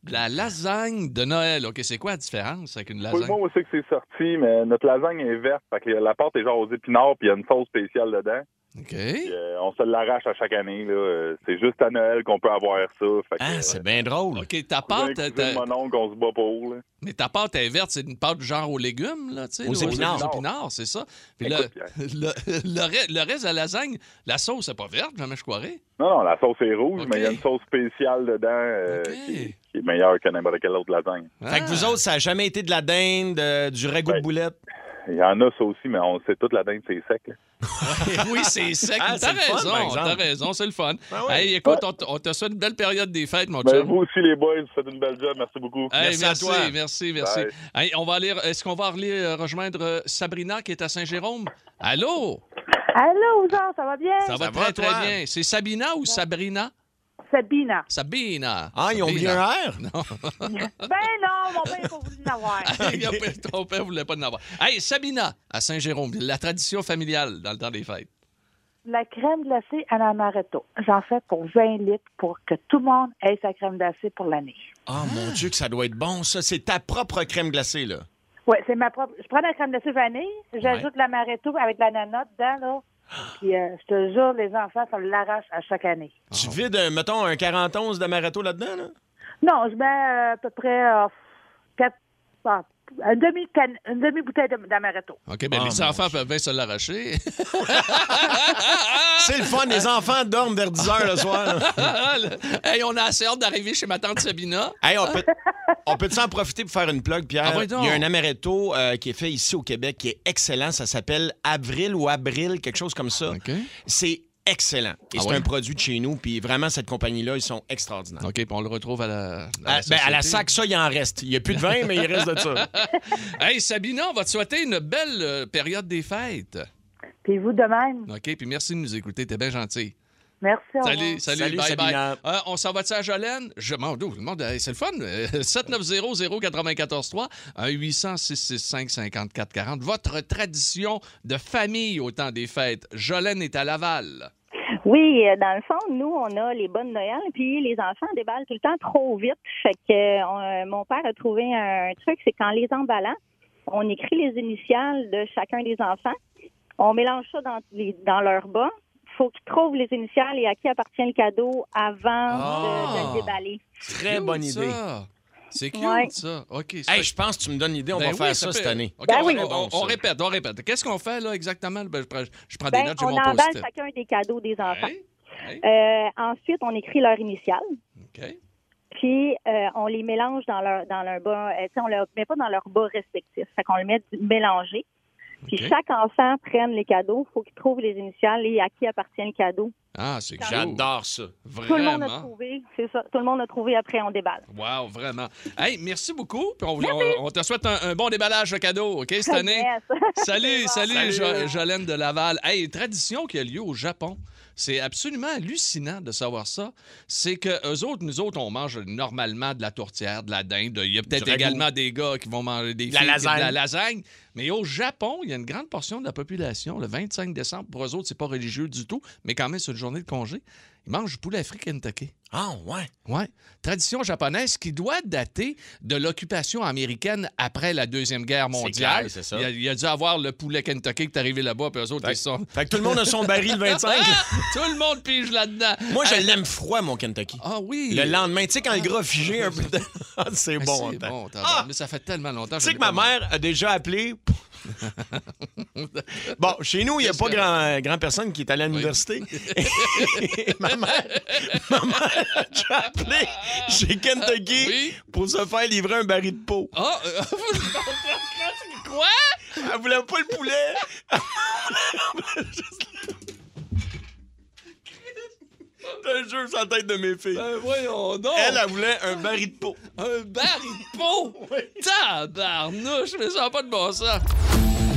B: De La lasagne de Noël. OK, c'est quoi la différence avec une
L: Tout
B: lasagne?
L: le monde aussi que c'est sorti, mais notre lasagne est verte. Fait que la pâte est genre aux épinards, puis il y a une sauce spéciale dedans.
B: OK.
L: Puis, euh, on se l'arrache à chaque année. Là. Euh, C'est juste à Noël qu'on peut avoir ça. Fait que,
C: Ah, c'est bien drôle.
B: OK, ta
L: euh, cousin,
B: pâte,
L: cousin de
B: ta-
L: mon oncle, on se bat pour. Là.
B: mais ta pâte est verte, c'est une pâte genre aux légumes, là, tu sais.
C: Aux
B: là,
C: épinards. euh,
B: Aux épinards, c'est ça. Puis
L: Écoute,
B: le, le- le re- le reste de la lasagne, la sauce n'est pas verte, jamais je croirais.
L: Non, non, la sauce est rouge,
B: Ok.
L: mais il y a une sauce spéciale dedans euh,
B: OK.
L: qui, qui est meilleure que n'importe quelle autre lasagne.
C: Fait que vous autres, ça n'a jamais été de la dinde, euh, du ragoût de
L: Ben,
C: boulette.
L: Il y en a ça aussi, mais on sait toute la dinde, c'est sec. là.
B: oui, c'est sec.
C: Ah,
B: t'as
C: c'est le fun,
B: raison,
C: par exemple.
B: t'as raison, c'est le fun.
C: Ah oui.
B: Hey, écoute, on, te- on te souhaite une belle période des fêtes, mon
L: Ben,
B: chum.
L: vous aussi, les boys, vous faites une belle job. Merci beaucoup.
B: Hey,
C: Merci à
B: merci,
C: toi.
B: merci, merci.
L: Bye.
B: Hey, on va aller, est-ce qu'on va aller euh, rejoindre euh, Sabrina qui est à Saint-Jérôme? Allô?
M: Allô, Jean, ça va bien?
B: Ça va
C: Ça
B: très,
C: va,
B: très
C: toi?
B: bien. C'est Sabina ou Sabrina?
M: Sabina.
B: Sabina.
C: Ah, ils ont oublié
B: Sabina.
C: un R?
M: Ben non, mon père, il faut vous l'avoir.
B: Ah,
C: Ah,
B: Il y a pas- Ton père voulait pas en avoir. Hey, Sabina, à Saint-Jérôme, la tradition familiale dans le temps des fêtes.
M: La crème glacée à l'amaretto. J'en fais pour 20 litres pour que tout le monde ait sa crème glacée pour l'année.
C: Ah, mon Dieu, que ça doit être bon, ça. C'est ta propre crème glacée, là.
M: Oui, c'est ma propre. Je prends la crème glacée vanille, j'ajoute l'amaretto avec de l'ananas dedans, là. Puis euh, je te jure, les enfants, ça me l'arrache à chaque année.
B: Ah.
C: Tu vides, un, mettons, un 41 d'amaretto là-dedans, là?
M: Non, je mets euh, à peu près euh, quatre- ah, une demi canne- une demi-bouteille demi d'amaretto.
B: OK, ben
C: Ah,
B: les
C: mon
B: enfants peuvent bien se l'arracher. Ah.
C: C'est le fun, les enfants dorment vers 10 h le soir. là.
B: hey, on a assez hâte d'arriver chez ma tante Sabina.
C: Hey, on peut, on peut en profiter pour faire une plug, Pierre?
B: Ah ouais,
C: Il
B: donc.
C: y a un amaretto euh, qui est fait ici au Québec qui est excellent. Ça s'appelle Avril ou Abril, quelque chose comme ça.
B: OK.
C: C'est excellent. Et
B: Ah
C: c'est
B: ouais?
C: un produit de chez nous. Puis vraiment, cette compagnie-là, ils sont extraordinaires.
B: OK, puis on le retrouve à la.
C: À, ben, à la
B: société.
C: sac, ça, il en reste. Il n'y a plus de vin, mais il reste de ça.
B: Hey, Sabina, on va te souhaiter une belle euh, période des fêtes.
M: Puis vous de même.
B: OK, puis merci de nous écouter. T'es bien gentil.
M: Merci. au
B: Salut, salut,
C: Salut,
B: bye
C: Sabina.
B: bye. Euh, on s'en va-tu à Jolène? Je m'en doute. le monde, hey, c'est le fun. Euh, 790-094-3, 1-800-665-5440. Votre tradition de famille au temps des fêtes. Jolène est à Laval.
M: Oui, euh, dans le fond, nous, on a les bonnes Noël, puis les enfants déballent tout le temps trop vite. Fait que euh, on- euh, mon père a trouvé un truc, c'est qu'en les emballant, on écrit les initiales de chacun des enfants. On mélange ça dans, les- dans leur bas. faut qu'ils trouvent les initiales et à qui appartient le cadeau avant de, de
B: Ah!
M: le déballer.
C: Très
B: Cute,
C: bonne
B: ça.
C: idée.
B: C'est cute,
M: Ouais.
B: ça. OK. ça
C: Hey,
B: fait-
C: je pense que tu me donnes l'idée. On
B: Ben
C: va
B: oui,
C: faire ça
B: peut-
C: cette année.
B: OK,
M: Ben
B: on,
M: oui.
B: on- on-
C: Bon, ça.
B: on répète, on répète. Qu'est-ce qu'on fait, là, exactement? Ben, je prends, je prends des
M: Ben,
B: notes, j'ai
M: on
B: mon
M: emballe
B: post-it.
M: chacun des cadeaux des enfants.
B: Hey, hey,
M: Euh, ensuite, on écrit leur initiale.
B: OK.
M: Puis euh, on les mélange dans leur dans leur bas. Euh, tu sais, on ne met pas dans leur bas respectif. Fait qu'on le met du- mélangé. Puis
B: Ok.
M: chaque enfant prenne les cadeaux. Il faut qu'il trouve les initiales et à qui appartient le cadeau.
B: Ah, c'est cool.
C: J'adore ça.
B: Vraiment.
M: Tout le monde a trouvé. C'est ça. Tout le monde a trouvé. Après, on déballe.
B: Wow, vraiment. Hey, merci beaucoup. Puis on, on- on te souhaite un, un bon déballage de cadeaux, OK, cette année?
M: Yes.
B: Salut,
M: C'est bon.
B: salut, Jo- Jolène de Laval. Hey, tradition qui a lieu au Japon. C'est absolument hallucinant de savoir ça. C'est que eux autres, nous autres, on mange normalement de la tourtière, de la dinde. Il y a peut-être
C: Du ragoût.
B: également des gars qui vont manger des
C: la
B: filles qui-
C: lasagne.
B: de la lasagne. Mais au Japon, il y a une grande portion de la population, le 25 décembre, pour eux autres, c'est pas religieux du tout, mais quand même, c'est une journée de congé. Ils mangent du poulet frit Kentucky.
C: Ah, ouais.
B: Ouais. Tradition japonaise qui doit dater de l'occupation américaine après la Deuxième Guerre mondiale.
C: clair, c'est ça.
B: Il, y a, il y a dû avoir le poulet Kentucky qui est arrivé là-bas, puis eux autres, ils sont.
C: Fait que tout le monde a son baril le 25.
B: Tout le monde pige là-dedans.
C: Moi, je
B: Hey,
C: l'aime froid, mon Kentucky.
B: Ah oui.
C: Le lendemain, tu sais, quand le gras a figé un peu, de- Ah, c'est
B: Hey,
C: bon.
B: c'est
C: attends.
B: bon, t'as- mais ça fait tellement longtemps.
C: Tu sais que ma mère a déjà appelé. bon, chez nous, il n'y a pas grand, euh, grand personne qui est allée à l'université. ma mère, ma mère a déjà appelé chez Kentucky
B: Oui.
C: pour se faire livrer un baril de peau.
B: Ah! euh, Quoi?
C: Elle voulait pas Ah, le poulet. T'as un jeu sur la tête de mes filles.
B: Ben voyons donc!
C: Elle, elle voulait un baril de peau.
B: Un baril de peau! Tabarnouche, mais ça n'a pas de bon sens!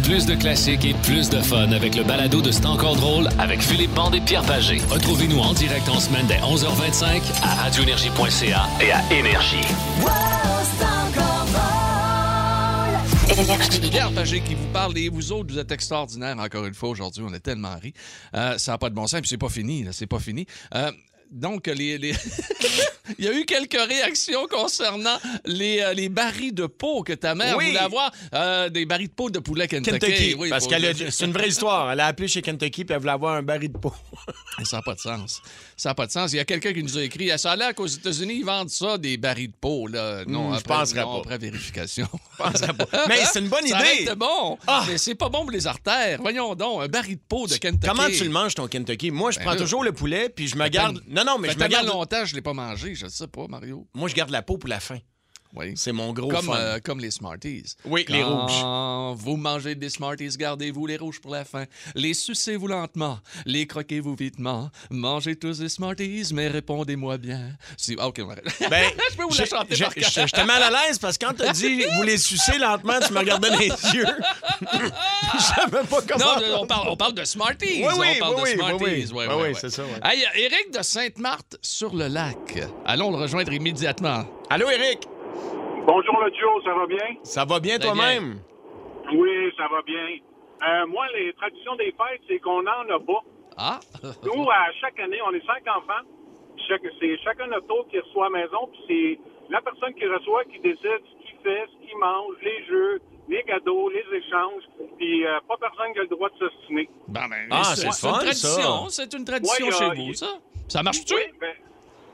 A: Plus de classiques et plus de fun avec le balado de C'est encore drôle avec Philippe Bande et Pierre Pagé. Retrouvez-nous en direct en semaine dès 11h25 à radioénergie.ca et à Énergie.
B: Pierre Pagé qui vous parle et vous autres, vous êtes extraordinaires encore une fois aujourd'hui. On est tellement ri. Euh, ça n'a pas de bon sens, puis c'est pas fini, là, c'est pas fini. Euh, donc, les, les- il y a eu quelques réactions concernant les, euh, les barils de peau que ta mère
C: Oui.
B: voulait avoir. Euh, des barils de peau de poulet Kentucky.
C: Kentucky.
B: Oui,
C: parce
B: faut-
C: qu'elle a dit- c'est une vraie histoire. Elle a appelé chez Kentucky puis elle voulait avoir un baril de peau.
B: Ça n'a pas de sens. Ça n'a pas de sens. Il y a quelqu'un qui nous a écrit, Ah, ça a l'air qu'aux États-Unis, ils vendent ça, des barils de peau. Là. Non,
C: Hmm, je
B: après-
C: penserais
B: non,
C: pas.
B: après vérification.
C: Mais c'est une bonne
B: Ça
C: idée.
B: reste bon,
C: Ah!
B: mais c'est pas bon pour les artères. Voyons donc, un baril de peau de Kentucky. Ben
C: Comment tu le manges ton Kentucky Moi, je prends
B: là.
C: toujours le poulet puis je me garde. Non, non, mais
B: Fait
C: je me
B: tellement
C: garde.
B: longtemps, je l'ai pas mangé, je sais pas, Mario.
C: Moi, je garde la peau pour la fin.
B: Oui.
C: C'est mon gros
B: Comme,
C: fun.
B: euh, comme les Smarties.
C: Oui, les
B: Quand Vous mangez des Smarties, gardez-vous les rouges pour la fin. Les sucez-vous lentement, les croquez-vous vitement. Mangez tous des Smarties, mais répondez-moi bien. Si... Ah, ok, on arrête.
C: Ben,
B: je peux vous la
C: je-
B: chanter
C: je-
B: par cœur.
C: je- J'étais mal à l'aise parce que quand t'as dit vous les sucer lentement, tu me regardais dans les yeux. je savais pas
B: Non,
C: comment.
B: on parle, on parle de Smarties.
C: Oui, oui,
B: on parle
C: oui,
B: de
C: oui,
B: Smarties.
C: oui, oui. Ah
B: Ouais,
C: Oui,
B: ouais,
C: oui,
B: ouais.
C: c'est ça, ouais.
B: Hey, Éric de Sainte-Marthe sur le lac. Allons le rejoindre immédiatement.
C: Allô, Eric.
F: Bonjour le duo, ça va bien?
C: Ça va bien
B: Très
C: toi-même
F: Oui, ça va bien. Euh, moi, les traditions des fêtes, c'est qu'on en a pas.
B: Ah!
F: Nous, à chaque année, on est cinq enfants. Chaque- c'est chacun notre tour qui reçoit à la maison. Puis c'est la personne qui reçoit qui décide ce qu'il fait, ce qu'il mange, les jeux, les cadeaux, les échanges. Puis euh, pas personne qui a le droit de s'ostiner.
B: Bon, ben,
C: Ah, c'est le
B: une
C: fun,
B: tradition. C'est une tradition
F: Ouais,
B: chez
F: euh,
B: vous,
F: il-
B: ça. Ça marche-tu?
F: Oui, ben,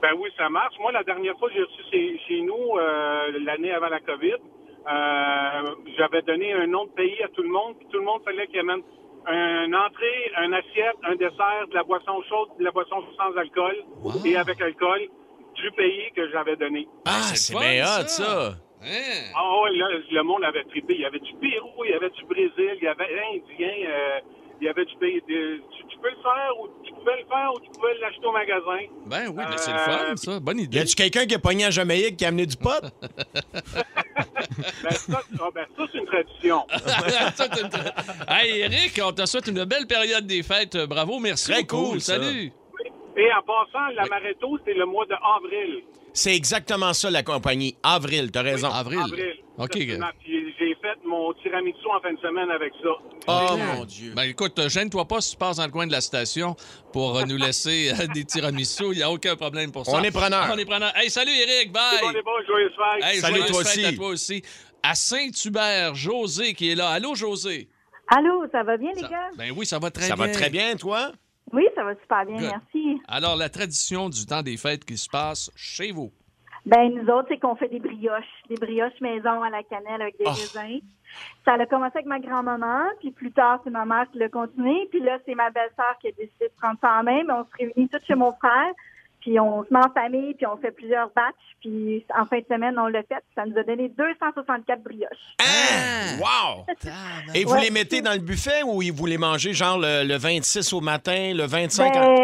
F: ben oui, ça marche. Moi, la dernière fois que j'ai reçu chez, chez nous, euh, l'année avant la COVID, euh, j'avais donné un nom de pays à tout le monde, puis tout le monde fallait qu'il amène un entrée, un assiette, un dessert, de la boisson chaude, de la boisson sans alcool et avec alcool du pays que j'avais donné.
C: Ah,
B: c'est
C: c'est
B: fun,
C: bien
B: ça.
C: hot, ça.
B: Hein?
F: Ah ouais, là, le monde avait trippé. Il y avait du Pérou, il y avait du Brésil, il y avait l'Indien, euh, il y avait du pays, de- du, du pouvez le faire ou tu pouvais le faire ou tu pouvais l'acheter au magasin. Euh,
B: Ben oui, mais c'est le fun, ça. Bonne
C: Y
B: idée.
C: a-tu quelqu'un qui a pogné en Jamaïque qui a amené du pot?
F: Ben ça, ah, ben, ça, c'est une tradition.
B: Ça, t'es- t'es- hey, Eric, on te souhaite une belle période des fêtes. Bravo, merci.
C: Très
B: beaucoup.
C: cool, ça.
B: Salut.
F: Et en passant, la Maréto, c'est le mois de avril.
C: C'est exactement ça, la compagnie. Avril, t'as raison.
B: Avril.
F: Avril.
B: OK.
F: Absolument. Puis J'ai fait mon tiramisu en fin de semaine avec ça.
C: Oh mon Dieu.
B: Ben écoute, euh, gêne-toi pas si tu passes dans le coin de la station pour euh, nous laisser euh, des tiramisu. Il n'y a aucun problème pour ça.
C: On est preneurs.
B: On est preneurs. Hey, salut Eric,
F: Bon,
B: bye.
F: les bons, joyeuses fêtes.
B: Hey,
C: Salut,
B: joyeuses
C: toi
B: fêtes
C: aussi.
B: à toi aussi. À Saint-Hubert, José qui est là. Allô, José?
M: Allô, ça va bien, les
B: Ça-
M: gars?
B: ben oui, ça va très
C: ça
B: bien.
C: va très bien, toi?
M: Oui, ça va super bien,
B: Good.
M: merci.
B: Alors, la tradition du temps des fêtes qui se passe chez vous.
M: Ben, nous autres, c'est qu'on fait des brioches, des brioches maison à la cannelle avec des
C: Oh.
M: raisins. Ça a commencé avec ma grand-maman, puis plus tard, c'est ma mère qui l'a continué. Puis là, c'est ma belle-sœur qui a décidé de prendre ça en main, mais on se réunit tous chez mon frère, puis on se met en famille, puis on fait plusieurs batchs, puis en fin de semaine, on l'a fait. puis Ça nous a donné 264 brioches.
C: Hein? Wow! Et vous
M: Ouais.
C: les mettez dans le buffet ou vous les mangez genre le, le 26 au matin, le 25? en-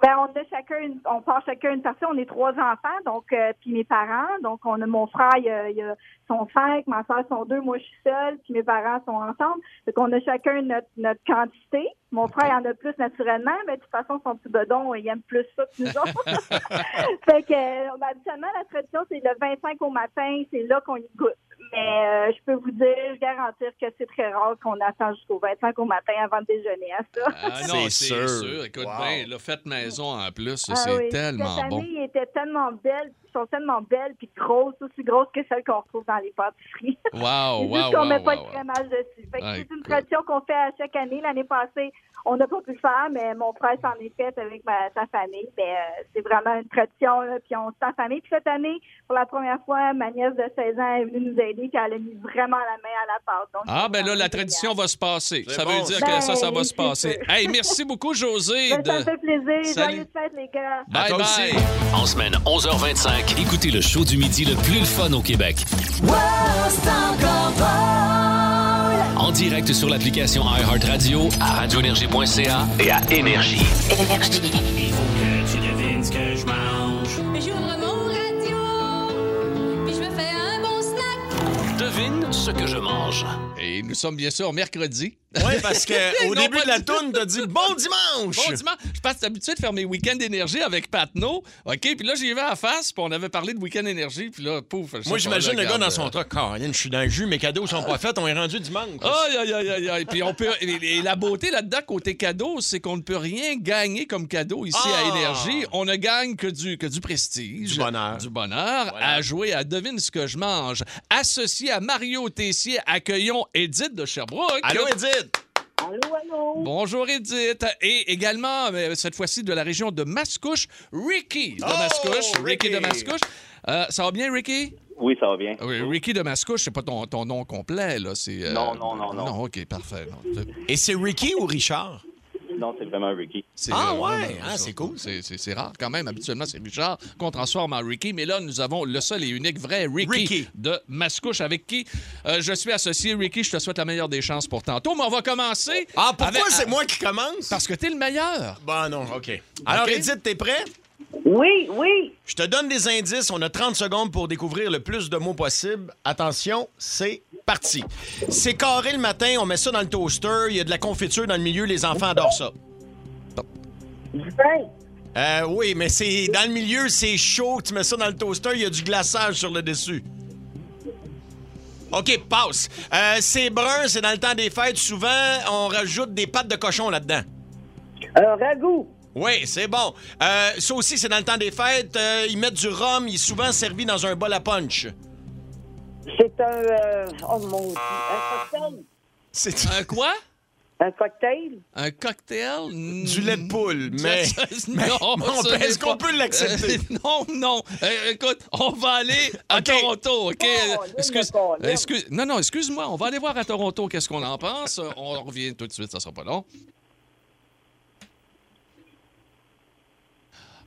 M: Ben, ben, on a chacun, une- on part chacun une partie. On est trois enfants, donc euh, puis mes parents. Donc on a mon frère, il y a, il y a son frère, ma soeur sont deux, moi je suis seule, puis mes parents sont ensemble. Donc on a chacun notre, notre quantité. Mon frère en a plus naturellement, mais de toute façon son petit bedon, il aime plus ça que nous autres. fait que euh, ben, habituellement la tradition c'est le 25 au matin, c'est là qu'on y goûte. Mais euh, je peux vous dire, je garantir que c'est très rare qu'on attend jusqu'au 25 au matin avant de déjeuner à ça.
B: Ah non, c'est
C: C'est
B: sûr.
C: sûr.
B: Écoute,
C: Wow.
B: bien, là, faites maison en plus.
M: Ah
B: c'est
M: oui,
B: tellement
M: cette
B: bon.
M: année, ils étaient tellement belles, ils sont tellement belles puis grosses, aussi grosses que celles qu'on retrouve dans les pâtisseries.
B: Wow,
M: C'est
B: wow,
M: juste qu'on
B: wow,
M: met pas
B: wow,
M: de
B: wow.
M: crémage dessus. Fait que
B: Ah,
M: c'est une
B: écoute.
M: tradition qu'on fait à chaque année. L'année passée, on n'a pas pu le faire, mais mon frère s'en est fait avec ma, sa famille. Mais euh, c'est vraiment une tradition, là, puis on se sent famille. Puis cette année, pour la première fois, ma nièce de 16 ans est venue nous aider, puis elle a mis vraiment la main à la pâte. Donc,
B: Ah,
M: c'est
B: ben là,
M: vraiment
B: la
M: génial.
B: tradition va se passer.
C: C'est
B: Ça veut
C: bon,
B: dire
M: ça.
B: que ça, ça va
M: Ben,
B: se
M: c'est
B: passer.
M: sûr.
B: Hey, merci beaucoup, José.
M: Ben, ça me
B: de-
M: fait plaisir.
B: Salut.
M: Joyeuses fêtes, les gars.
C: À
B: Bye
C: Bah, toi
B: bye.
C: aussi.
A: En semaine, 11h25, écoutez le show du midi le plus le fun au Québec. En direct sur l'application iHeartRadio, à radioénergie.ca et à Énergie.
D: Il faut que tu devines ce que je mange.
I: J'ouvre mon radio, puis je me fais un bon snack.
A: Devine ce que je mange.
B: Et nous sommes bien sûr mercredi.
C: Oui, parce que au
B: Non,
C: début
B: pas
C: de la
B: du-
C: toune, t'as dit bon dimanche!
B: Bon dimanche, je passe d'habitude de faire mes week-ends d'énergie avec Patno. OK, puis là, j'y vais à face, puis on avait parlé de week-end énergie, puis là, pouf.
C: Moi, j'imagine le gars dans son truck. Caroline, je suis dans le jus, mes cadeaux sont pas faits, on est rendu dimanche.
B: Aïe, aïe, aïe, aïe, aïe. Puis on peut. Et, et la beauté là-dedans, côté cadeau, c'est qu'on ne peut rien gagner comme cadeau ici à
C: Ah!
B: Énergie. On ne gagne que du, que du prestige.
C: Du bonheur.
B: Du bonheur.
C: Voilà.
B: À jouer à Devine ce que je mange. Associé à Mario Tessier, accueillons Edith de Sherbrooke.
C: Allô, Edith!
M: Allô, allô.
B: Bonjour Edith et également euh, cette fois-ci de la région de Mascouche, Ricky de
C: Oh,
B: Mascouche, Ricky
C: Ricky.
B: de Mascouche. Euh, ça va bien Ricky
L: Oui, ça va bien.
B: Oui, Ricky de Mascouche, c'est pas ton, ton nom complet là, c'est euh,
L: Non, non, non, non.
B: Non, OK, parfait. non, c'est-
C: Et c'est Ricky ou Richard?
L: Non, c'est vraiment Ricky.
B: c'est,
C: Ah ouais,
B: non, non,
C: ah,
B: ça,
C: c'est cool.
B: C'est, c'est- c'est rare quand même. Habituellement, c'est Richard qu'on transforme en Ricky. Mais là, nous avons le seul et unique vrai Ricky,
C: Ricky.
B: de Mascouche avec qui euh, je suis associé. Ricky, je te souhaite la meilleure des chances pour tantôt. Mais on va commencer.
C: Ah, pourquoi
B: avec-
C: c'est moi qui commence?
B: Parce que t'es le meilleur.
C: Bon, Bah, non, OK. Alors,
B: OK.
C: Edith, t'es prêt?
F: Oui, oui.
C: Je te donne des indices. On a 30 secondes pour découvrir le plus de mots possible. Attention, c'est parti. C'est carré le matin, on met ça dans le toaster. Il y a de la confiture dans le milieu, les enfants adorent ça. Euh, oui, mais c'est dans le milieu, c'est chaud. Tu mets ça dans le toaster, il y a du glaçage sur le dessus. OK, passe. Euh, c'est brun, c'est dans le temps des fêtes. Souvent, on rajoute des pattes de cochon là-dedans.
F: Un ragoût.
C: Oui, c'est bon. Euh, ça aussi, c'est dans le temps des fêtes. Euh, ils mettent du rhum. Il est souvent servi dans un bol à punch.
F: C'est un. oh mon Dieu. Un cocktail.
C: C'est
B: Un quoi?
F: Un cocktail.
B: Un cocktail?
C: du lait de poule, mais... mais-
B: non,
C: mais on
B: ce
C: peut-
B: n'est
C: est-ce qu'on
B: pas-
C: peut l'accepter?
B: Euh, non, non. Euh, écoute, on va aller à
C: OK.
B: Toronto, OK? Euh,
F: Oh,
B: excuse,
F: là, là.
B: excuse- non, non, excuse-moi. On va aller voir à Toronto qu'est-ce qu'on en pense. Euh, On revient tout de suite, ça sera pas long.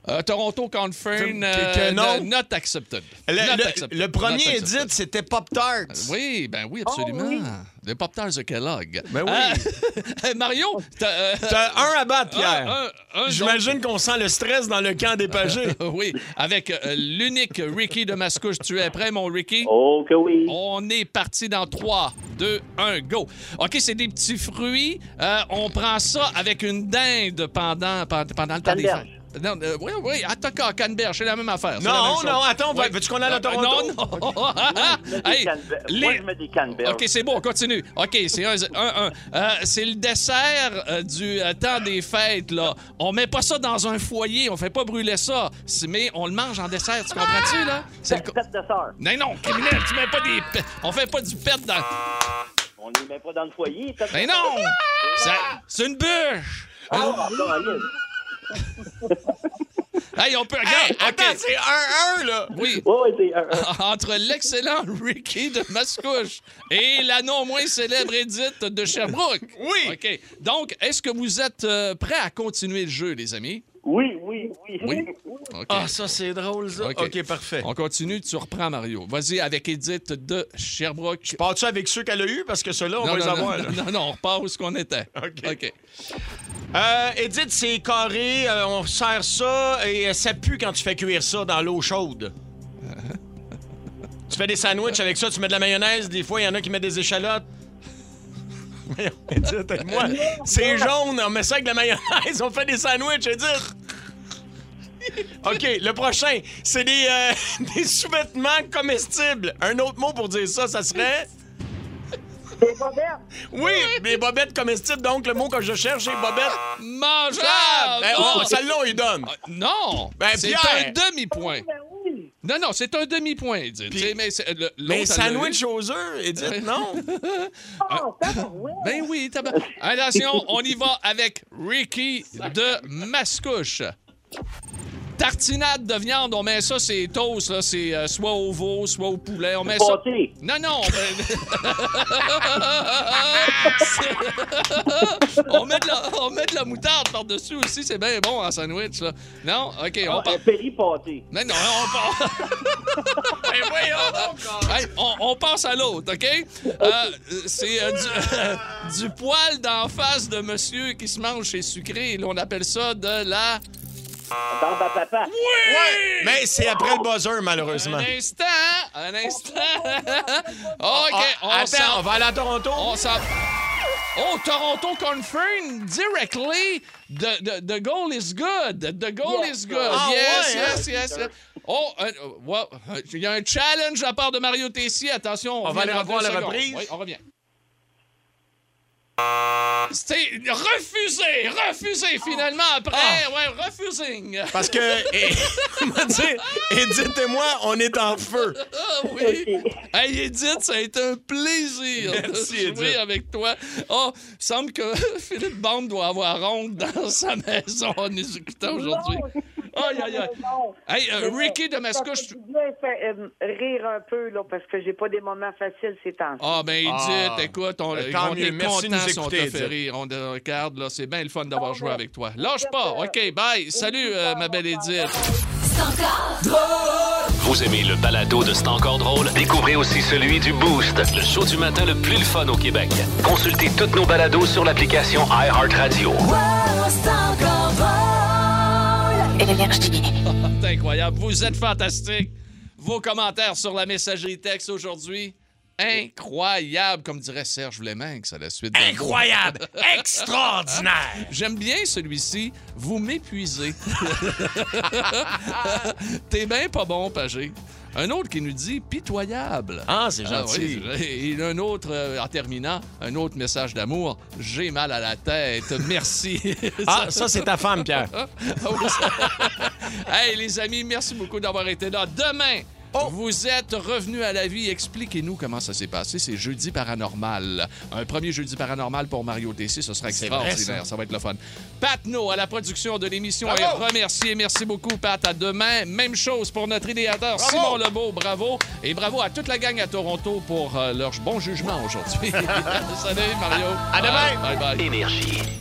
B: Euh, Toronto Confirm,
C: que non.
B: not accepted.
C: Le,
B: Not
C: le-
B: accepted.
C: le premier
B: Not accepted.
C: edit, c'était Pop Tarts.
B: Oui, ben oui,
F: Oh,
B: absolument.
C: oui.
B: Les pop tarts de Kellogg.
C: Ben oui.
B: Euh, Mario, t'as... euh,
C: T'as un à battre, Pierre.
B: un- un- un
C: J'imagine qu'on sent le stress dans le camp des pagés.
B: oui, avec euh, l'unique Ricky de Mascouche. Tu es prêt, mon Ricky?
L: Oh, que oui.
B: On est parti dans 3, 2, 1, go. OK, c'est des petits fruits. Euh, on prend ça avec une dinde pendant, pendant, pendant le temps des
L: Canneberge.
B: fêtes. Non, euh, oui, oui, attends, Canberge, c'est la même affaire. c'est la même
C: Non,
B: chose.
C: non, attends,
B: Oui.
C: veux-tu qu'on aille à
B: Euh,
C: Toronto?
B: Non, non. Hey, les-
L: Moi, je mets des canneberges.
B: OK, c'est bon, on continue. OK, c'est un, un, un. Euh, c'est le dessert euh, du euh, temps des fêtes, là. On met pas ça dans un foyer, on fait pas brûler ça, C'est- mais on le mange en dessert, tu comprends-tu, là? C'est le co-
L: Pète Ah! de sœur.
B: Non, non, criminel, tu mets pas des... pe- On fait pas du pet dans...
L: On les met pas dans le foyer. pète de
B: Mais
L: sœur.
B: Ben non!
C: Ah!
B: Ça- C'est une bûche! Hein?
L: Ah, Caroline.
B: Hey, on peut... Regarde, OK.
C: Attends, c'est 1-1, là.
B: Oui,
L: Ouais, ouais, c'est un- un-
B: entre l'excellent Ricky de Mascouche et la non moins célèbre Edith de Sherbrooke.
C: Oui.
B: OK. Donc, est-ce que vous êtes euh, prêts à continuer le jeu, les amis?
L: Oui, oui, oui.
B: Oui. OK.
C: Ah, ça, c'est drôle, ça.
B: OK.
C: OK, parfait.
B: On continue, tu reprends Mario. Vas-y avec Edith de Sherbrooke.
C: Pars-tu avec ceux qu'elle a eu? Parce que ceux-là, on
B: non,
C: va les
B: non,
C: avoir.
B: non,
C: là.
B: non, non, on repart où ce qu'on était.
C: OK.
B: OK.
C: Euh, Edith, c'est carré, euh, on serre ça et ça pue quand tu fais cuire ça dans l'eau chaude. tu fais des sandwichs avec ça, tu mets de la mayonnaise, des fois, il y en a qui mettent des échalotes. Voyons, Edith, avec
E: Euh,
C: moi. C'est jaune, on met ça avec de la mayonnaise, on fait des sandwichs, Edith. OK, le prochain, c'est des, euh, des sous-vêtements comestibles. Un autre mot pour dire ça, ça serait...
L: C'est pas vert.
C: Oui, des bobettes comestibles, donc le mot que je cherche, c'est bobettes. Ah,
B: Mangeable!
C: ben,
B: Non! Ah,
C: oh, celle-là, on lui donne.
B: Non!
C: Ben,
B: c'est
C: Pierre!
B: un demi-point. Non, non, c'est un demi-point, Edith.
C: Puis-
B: Tu sais, mais c'est- le-
C: Mais
B: l'autre, elle l'a eu.
C: sandwich aux œufs, Edith, non? Ah,
B: Ben oui, tabac. Attention, on y va avec Ricky de Mascouche. Tartinade de viande, on met ça, c'est toast, là, c'est euh, soit au veau, soit au poulet, on met ça.
L: Pâté.
B: Non, non. ah, ben- on, met de la, on met de la moutarde par-dessus aussi, c'est bien bon en sandwich. Là. Non? OK, on part.
L: Ah, Un péripâté.
B: Non, non, on part. Hey, on, on passe à l'autre, OK? Euh, c'est euh, du, du poil d'en face de monsieur qui se mange chez sucré. Là, on appelle ça de la...
L: Barbe à papa.
C: Ouais, mais c'est après le buzzer, malheureusement.
B: Un instant, un instant. OK,
C: Ah,
B: on
C: attends,
B: s'en
C: on va aller à Toronto.
B: On s'en- Oh, Toronto confirm directly. The, the, the goal is good. The goal is good.
C: Ah,
B: yes,
C: ouais,
B: yes, yes, yes. Oh, euh, euh, wow, euh, il y a un challenge à part de Mario Tessier. Attention, on,
C: On va aller
B: revient dans deux
C: revoir la
B: secondes.
C: reprise.
B: Oui, on revient. C'était refusé, refusé finalement après. Ouais, refusing.
C: Ah. Parce que, eh, comment dire, Edith et moi, on est en feu.
B: Ah oui! Hey Edith, ça a été un plaisir
C: Merci,
B: de jouer
C: Edith.
B: avec toi. Oh, semble que Philippe Bande doit avoir honte dans sa maison en nous écoutant aujourd'hui. Aïe, aïe, aïe. Hey, euh, Ricky de Mascouche. tu-
E: euh, rire un peu, là, parce que j'ai pas des moments faciles ces temps
B: Ah, ben Edith,
C: Ah.
B: écoute, on,
C: Ben, tant
B: on
C: mieux.
B: est
C: Merci de
B: contents
C: nous
B: si on
C: écouter,
B: t'a
C: Edith.
B: fait rire. On te regarde, là, c'est bien le fun d'avoir joué avec toi. Lâche pas. OK, bye. Salut, euh, ma belle Edith.
A: Vous aimez le balado de C'est encore drôle? Découvrez aussi celui du Boost, le show du matin le plus le fun au Québec. Consultez toutes nos balados sur l'application iHeartRadio.
B: C'est incroyable. Vous êtes fantastique. Vos commentaires sur la messagerie texte aujourd'hui. Incroyable, comme dirait Serge Vlemenx à la suite. de-
C: Incroyable, extraordinaire.
B: J'aime bien celui-ci. Vous m'épuisez. T'es bien pas bon, Pagé. Un autre qui nous dit pitoyable.
C: Ah, c'est
B: Ah
C: gentil.
B: oui, et un autre, euh, en terminant, un autre message d'amour. J'ai mal à la tête. Merci.
C: Ah, ça, c'est ta femme, Pierre.
B: Ah oui, ça- hey, les amis, merci beaucoup d'avoir été là. Demain,
C: Oh.
B: vous êtes revenus à la vie. Expliquez-nous comment ça s'est passé. C'est jeudi paranormal. Un premier jeudi paranormal pour Mario DC, ce sera
C: C'est vrai,
B: extraordinaire. ça. va être le fun. Pat No à la production de l'émission est remercié. Merci beaucoup, Pat. À demain. Même chose pour notre idéateur, Simon Lebeau. Bravo. Et bravo à toute la gang à Toronto pour euh, leur bon jugement aujourd'hui. Salut, Mario.
C: À demain.
B: Bye bye.
A: Énergie.